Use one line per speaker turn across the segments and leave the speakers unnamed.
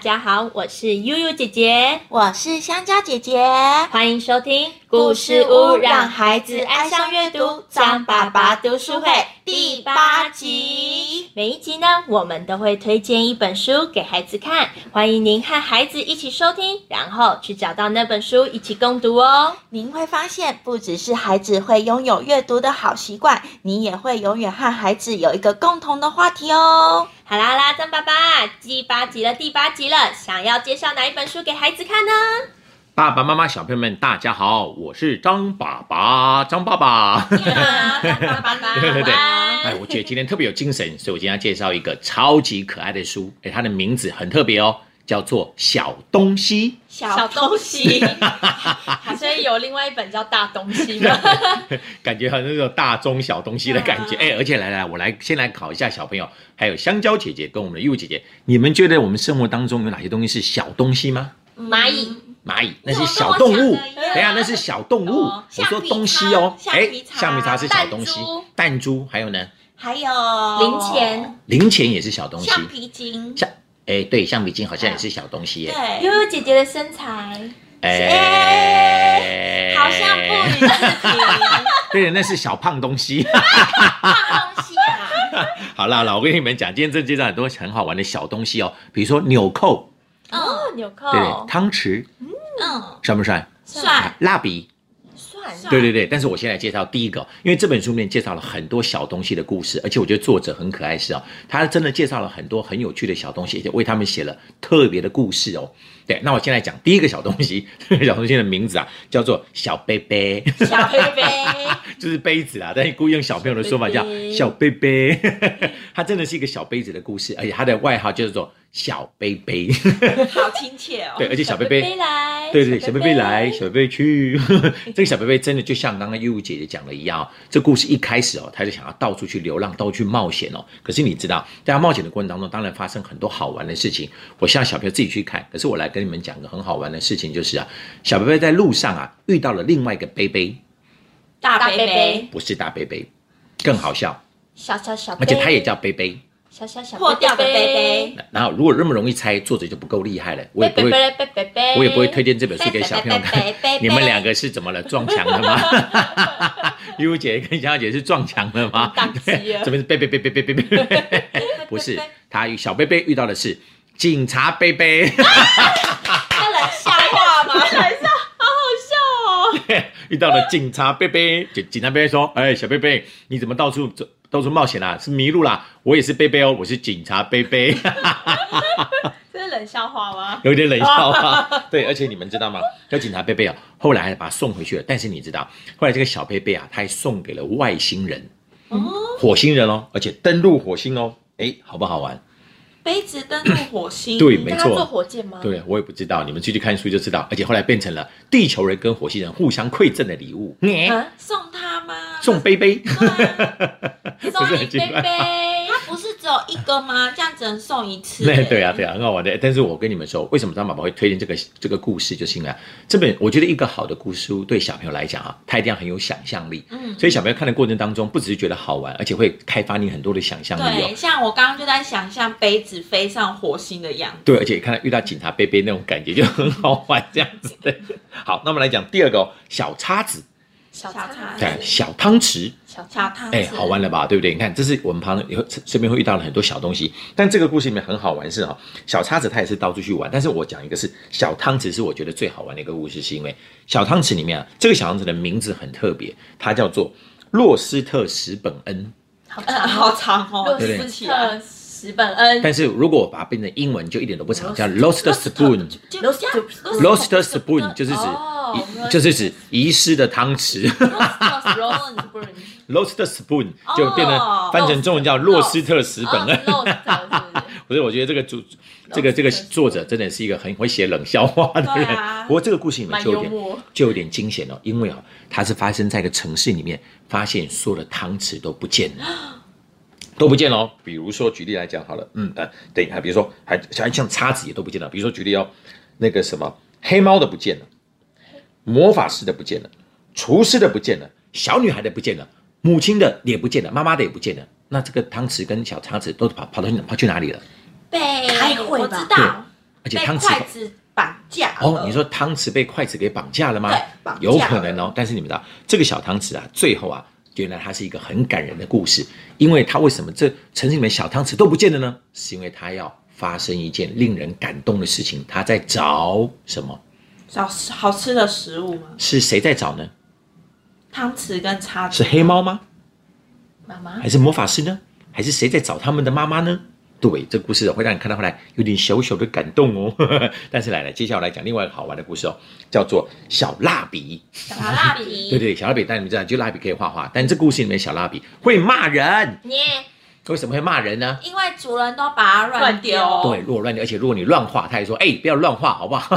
家好，我是悠悠姐姐，
我是香蕉姐姐，
欢迎收听
故事屋让孩子爱上阅读张爸爸读书会第八集。
每一集呢，我们都会推荐一本书给孩子看，欢迎您和孩子一起收听，然后去找到那本书一起共读哦。
您会发现，不只是孩子会拥有阅读的好习惯，你也会永远和孩子有一个共同的话题哦。
好啦好啦，张爸爸，第八集了，第八集了，想要介绍哪一本书给孩子看 呢？
爸爸妈妈、小朋友们，大家好，我是张爸爸，张爸爸。
你好，张爸爸，
对对
晚
对哎，
安
我觉得今天特别有精神，所以我今天要介绍一个超级可爱的书，哎，它的名字很特别哦，叫做《小东西
小东西， 所以有另外一本叫大东西吗？》，
感觉好像那种大中小东西的感觉。
啊
哎，而且来来，我来先来考一下小朋友，还有香蕉姐姐跟我们的柚姐姐，你们觉得我们生活当中有哪些东西是小东西吗？
蚂蚁，
蚂蚁 那是小动 物，
对啊
等一下那是小动物，
哦
我说
橡皮
东西哦，
擦
哎
橡皮，擦
橡皮擦是小东西
弹珠，
弹珠还有呢，
还有
零钱、
零钱也是小东西，
橡皮筋，
像哎，对，橡皮筋好像也是小东西耶。
悠
对，
悠姐姐的身材，
哎，
好像不予置评。
对，那是小胖东西。
大东西啊，
好啦好啦，我跟你们讲，今天这介绍很多很好玩的小东西哦，比如说纽扣，
嗯
哦，纽扣
对，对，汤匙
嗯，
帅不帅？
算
蜡笔，
算
算
对对对。但是我先来介绍第一个哦，因为这本书里面介绍了很多小东西的故事，而且我觉得作者很可爱是哦，他真的介绍了很多很有趣的小东西，而且为他们写了特别的故事哦。对，那我先来讲第一个小东西， 这个小东西的名字啊叫做小杯杯。
小贝贝，
就是杯子啊啦，但是故意用小朋友的说法叫
小
小杯杯， 它真的是一个小杯子的故事，而且它的外号叫做小杯杯，
好亲切哦。
对，而且小杯
贝
杯。
来，
对对，小
哎贝嗯
贝贝来，，小贝贝去。 这个小贝贝真的就像刚刚悠悠姐姐讲的一样、哦，这故事一开始哦，他就想要到处去流浪，到处去冒险哦。可是你知道，在他冒险的过程当中，当然发生很多好玩的事情。我希望小朋友自己去看。可是我来跟你们讲个很好玩的事情，就是啊，小贝贝在路上啊遇到了另外一个贝贝，
大
大贝
贝
贝
贝，
不是大贝贝，更好笑，
小小小贝，
而且他也叫贝贝。
小小小
破掉的贝贝，
然后如果那么容易猜，作者就不够厉害了。我
贝
也
贝
不会，
贝贝贝贝，
我也不会推荐这本书给小朋友看
贝贝贝
哎
贝。贝
你们两个是怎么了？撞墙了吗？ 悠悠姐跟香香姐是撞墙了吗
宕机？了
这边是贝贝贝贝贝贝 贝，不是他与小贝贝遇到的是警察贝贝，
那人笑话吗？
遇到了警察贝贝，就警察贝贝说：“哎，小贝贝，你怎么到处走？”到处冒险啦、是迷路啦！我也是贝贝哦，我是警察贝贝。
这是冷笑话吗？
有点冷笑话。对，而且你们知道吗？叫警察贝贝啊，后来还把他送回去了。但是你知道，后来这个小贝贝啊，他还送给了外星人，
哦，
火星人哦，而且登陆火星哦。哎，好不好玩？
杯子登陆火星，
对，没
那他坐
错。
火箭吗？
对，我也不知道，你们继续看书就知道。而且后来变成了地球人跟火星人互相馈赠的礼物，
啊，
送他吗？
送贝贝。
送
是
你
很奇
贝
怪
贝，
他不是只有一个 吗？这样只能送一次。
对对啊，对啊，很好玩的。但是我跟你们说，为什么张爸爸会推荐这个这个故事，就是因为啊这本我觉得一个好的故事书对小朋友来讲啊，他一定要很有想象力。
嗯，
所以小朋友看的过程当中，不只是觉得好玩，而且会开发你很多的想象力哦
对，。像我刚刚就在想象杯子飞上火星的样子。
对，而且看到遇到警察贝贝那种感觉就很好玩，这样 子的。好，那我们来讲第二个、哦、小叉子，
小
叉
叉
对，小汤匙，
小
小
叉，
汤匙，
哎，好玩了吧，对不对？你看，这是我们旁有身边会遇到了很多小东西，但这个故事里面很好玩是哦，小叉子它也是到处去玩，但是我讲一个是小汤匙，是我觉得最好玩的一个故事，是因为小汤匙里面啊，这个小汤匙的名字很特别，它叫做洛斯特史本恩。
好
呃，
长
好长哦，
洛
对
对
斯
不起啊，
特史本呃恩，
但是如果我把它变成英文，就一点都不长，叫 lost spoon。
就
洛斯
这样
洛
lost spoon 就是指
哦
遗就是指遗失的汤匙 ，lost spoon 就变
哦
成翻成中文叫洛斯特史本恩。
哦，lost 是
所以我觉得这个主这个这个作者真的是一个很会写冷笑话的
对啊
人。不过这个故事里面
蛮
就有
幽
点
默。
就有点惊险哦，因为哦，它是发生在一个城市里面，发现所有的汤匙都不见了，都不见了哦。比如说举例来讲好了，嗯呃，对，还比如说还像像叉子也都不见了，比如说举例哦，那个什么黑猫的不见了，魔法师的不见了，厨师的不见了，小女孩的不见了，母亲的也不见了，妈妈的也不见了。那这个汤匙跟小叉子都跑跑到跑去哪里了？
被
开会吧
我知道，
而而且
被
汤匙
筷子绑架了
哦，你说汤匙被筷子给绑架了吗？
对，绑架了
有可能哦。但是你们知道，这个小汤匙啊，最后啊，原来它是一个很感人的故事。因为它为什么这城市里面小汤匙都不见了呢？是因为它要发生一件令人感动的事情。它在找什么？
找吃好吃的食物吗？
是谁在找呢？
汤匙跟叉子，
是黑猫吗？
妈妈
还是魔法师呢？还是谁在找他们的妈妈呢？对，这故事会让你看到后来有点小小的感动哦。 但是来来，接下来讲另外一个好玩的故事哦，叫做小蜡笔。
小蜡笔，
对对，小蜡笔，但你们知道，就蜡笔可以画画，但这故事里面小蜡笔会骂人，
你
为什么会骂人呢？
因为主人都把它乱丢，
乱丢
对，如果乱，而且如果你乱画，他也说，哎、不要乱画，好不好？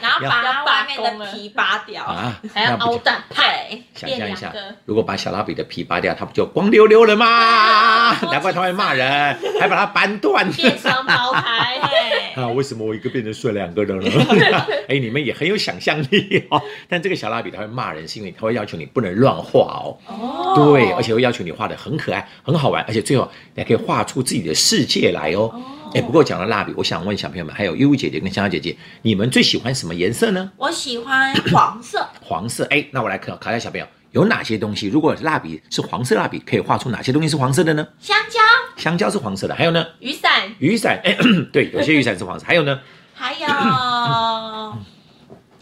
然后把它
要
外
罢
面
工
的
了
皮拔掉，
啊，
还要
那不
凹
就
蛋派，
对，
想
哎变
象一
两
下
个，
如果把小蜡笔的皮拔掉，它不就光溜溜了吗？
对
难怪他会骂人，还把它 扳断。
变双胞胎。
对，
啊，为什么我一个变成睡两个人了？ 哎，你们也很有想象力哦。但这个小蜡笔它会骂人，是因为它会要求你不能乱画哦。
哦
对，而且会要求你画的很可爱、很好玩，而且最后你还可以画出自己的世界来哦。哎、不过讲到蜡笔，我想问小朋友们，还有悠悠姐姐跟香香姐姐，你们最喜欢什么颜色呢？
我喜欢黄色，
黄色。哎，那我来考考一下小朋友，有哪些东西？如果蜡笔是黄色蜡笔，可以画出哪些东西是黄色的呢？
香蕉、
香蕉是黄色的，还有呢，
雨伞，
雨伞。哎， 对，有些雨伞是黄色，还有呢，
还 有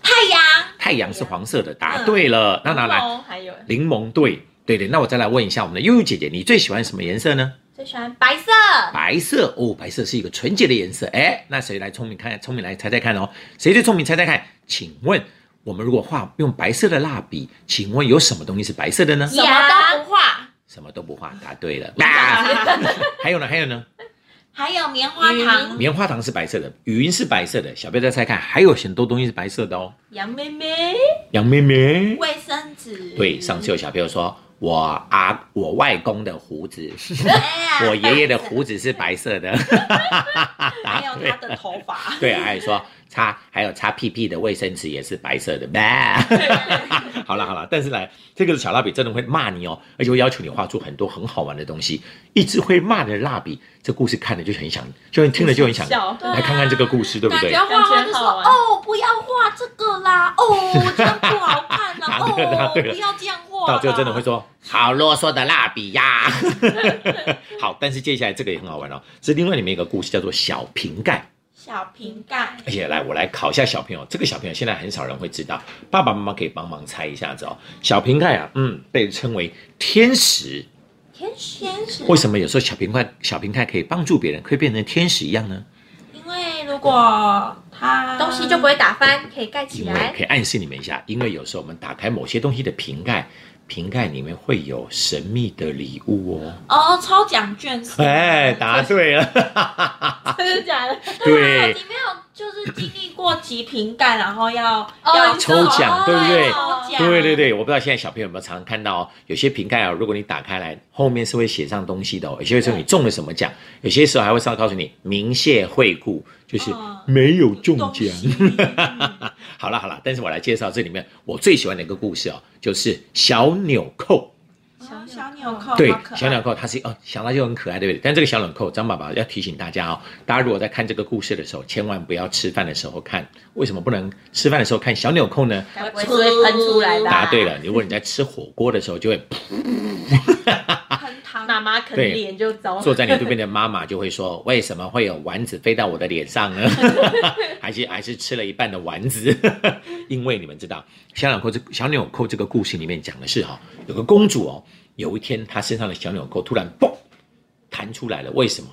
太阳，
太阳是黄色的。答对了，那拿来
哦，还有
柠檬对。对对，那我再来问一下我们的悠悠姐姐，你最喜欢什么颜色呢？
最喜欢白色，
白色哦，白色是一个纯洁的颜色。哎，那谁来聪明看？聪明来猜猜看哦，谁最聪明？猜猜看，请问我们如果画用白色的蜡笔，请问有什么东西是白色的呢？
什么都不画，
什么都不画，答对了。啊、 还有呢？还有呢？
还有棉花
嗯
糖，
棉花糖是白色的，云是白色的。小贝再猜看，还有很多东西是白色的哦。
杨妹妹，
杨妹妹，
卫生纸，
对，上次有小朋友说，我啊，我外公的胡子，
哎
我爷爷的胡子是白色的。
还
啊
有他的头发，
对，啊还有说擦，还有擦屁屁的卫生纸也是白色的。 好了好了，但是呢，这个小蜡笔真的会骂你哦，而且会要求你画出很多很好玩的东西。一只会骂的蜡笔，这故事看了就很想，就听了就很想
笑，
对啊
来看看这个故事，对不
感
对
觉？画画就
感觉
说
好玩
哦，不要画这个啦，哦，这样不好看啦，
答对了答
哦，
对了
不要这样画啦，
到最后真的会说好啰嗦的蜡笔呀。好，但是接下来这个也很好玩哦，是另外里面一个故事叫做小瓶盖。
小瓶盖，
而且来，我来考一下小朋友，这个小朋友现在很少人会知道，爸爸妈妈可以帮忙猜一下子哦。小瓶盖啊，嗯，被称为天使，
天使，天使
为什么有时候小瓶盖小瓶盖可以帮助别人，可以变成天使一样呢？
因为如果它
东西就不会打翻，可以盖起
因为
来。
可以暗示你们一下，因为有时候我们打开某些东西的瓶盖，瓶盖里面会有神秘的礼物哦。
哦，抽奖券是吗
哎，答对 了，
真的假的？
对。
啊你没有就是经历过几瓶盖，然后要
哦
要
你
抽奖对不对
抽奖
对对，对，我不知道现在小朋友有没有常常看到、哦，有些瓶盖哦，如果你打开来，后面是会写上东西的、哦，有些时候你中了什么奖，有些时候还会上告诉你明谢惠顾，就是
哦
没有中
东
奖。
西嗯
好了好了，但是我来介绍这里面我最喜欢的一个故事哦，就是小纽扣。
小小纽扣，
对
哦好可，爱
小纽扣它是哦，想到就很可爱，对不对？但这个小纽扣，张爸爸要提醒大家哦，大家如果在看这个故事的时候，千万不要吃饭的时候看。为什么不能吃饭的时候看小纽扣呢？
该不会是会喷出来吧？
答对了，如果你在吃火锅的时候，就会
喷糖，
妈妈可能
对
脸就糟。
坐在你对面的妈妈就会说：“为什么会有丸子飞到我的脸上呢？还是还是吃了一半的丸子？ 因为你们知道，小纽扣这小纽扣这个故事里面讲的是哈、有个公主哦，有一天她身上的小纽扣突然嘣弹出来了，为什么？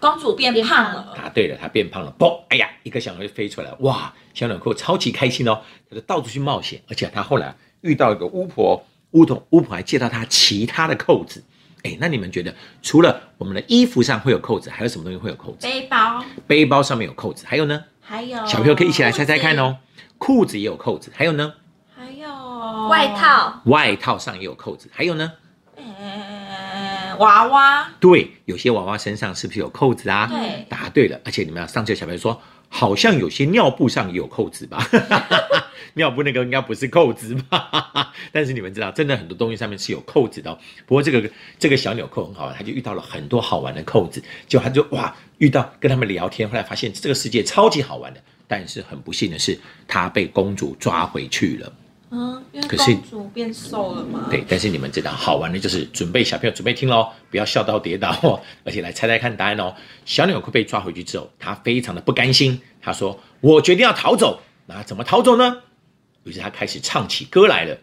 公主变胖了，
答对了，她变胖了，嘣！哎呀，一个小纽扣飞出来，哇！小纽扣超级开心哦，她就到处去冒险，而且她后来遇到一个巫婆，巫婆巫婆还借到她其他的扣子。哎，那你们觉得除了我们的衣服上会有扣子，还有什么东西会有扣子？
背包
背包上面有扣子，还有呢？
还有
小朋友可以一起来猜猜看，哦。裤子也有扣子，还有呢？
还有
外，套，
外套上也有扣子，还有呢？
嗯
呃，娃娃，
对，有些娃娃身上是不是有扣子啊？
对
答对了，而且你们要上次有小朋友说好像有些尿布上也有扣子吧？ 尿布那个应该不是扣子吧？ 但是你们知道，真的很多东西上面是有扣子的、哦。不过这个这个小纽扣很好玩，他就遇到了很多好玩的扣子，结果他就哇遇到跟他们聊天，后来发现这个世界超级好玩的。但是很不幸的是，他被公主抓回去了。
嗯，因为
可是
公主变瘦了嘛。
对，但是你们知道，好玩的就是准备小朋友准备听喽，不要笑到跌倒哦， 而且来猜猜看答案哦。小纽扣被抓回去之后，他非常的不甘心，他说：“我决定要逃走。”那怎么逃走呢？于是他开始唱起歌来了，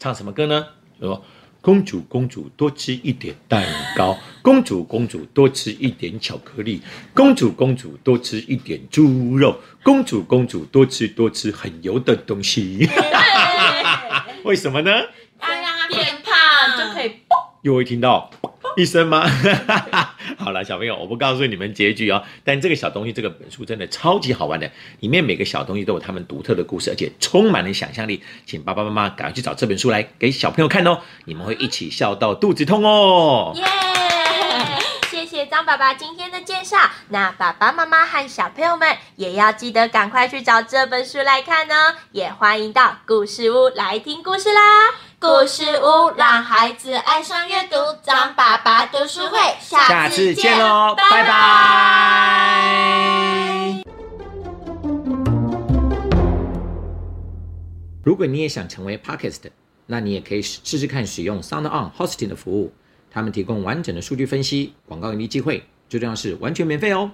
唱什么歌呢？他说：“公主，公主多吃一点蛋糕，公主，公主多吃一点巧克力，公主，公主多吃一点猪肉，公主，公主多吃多吃很油的东西。
对，
为什么呢？
哎呀，变胖就可以蹦。
又会听到一声吗？ 好了，小朋友，我不告诉你们结局哦。但这个小东西，这个本书真的超级好玩的，里面每个小东西都有他们独特的故事，而且充满了想象力。请爸爸妈妈赶快去找这本书来给小朋友看哦，你们会一起笑到肚子痛哦。
耶！谢谢张爸爸今天的介绍。那爸爸妈妈和小朋友们也要记得赶快去找这本书来看哦。也欢迎到故事屋来听故事啦！
故事屋让孩子爱上阅读，张爸爸读书会，
下次见喽，拜拜。如果你也想成为 Podcast，那你也可以试试看使用 Sound On Hosting 的服务，他们提供完整的数据分析、广告盈利机会，最重要是完全免费哦。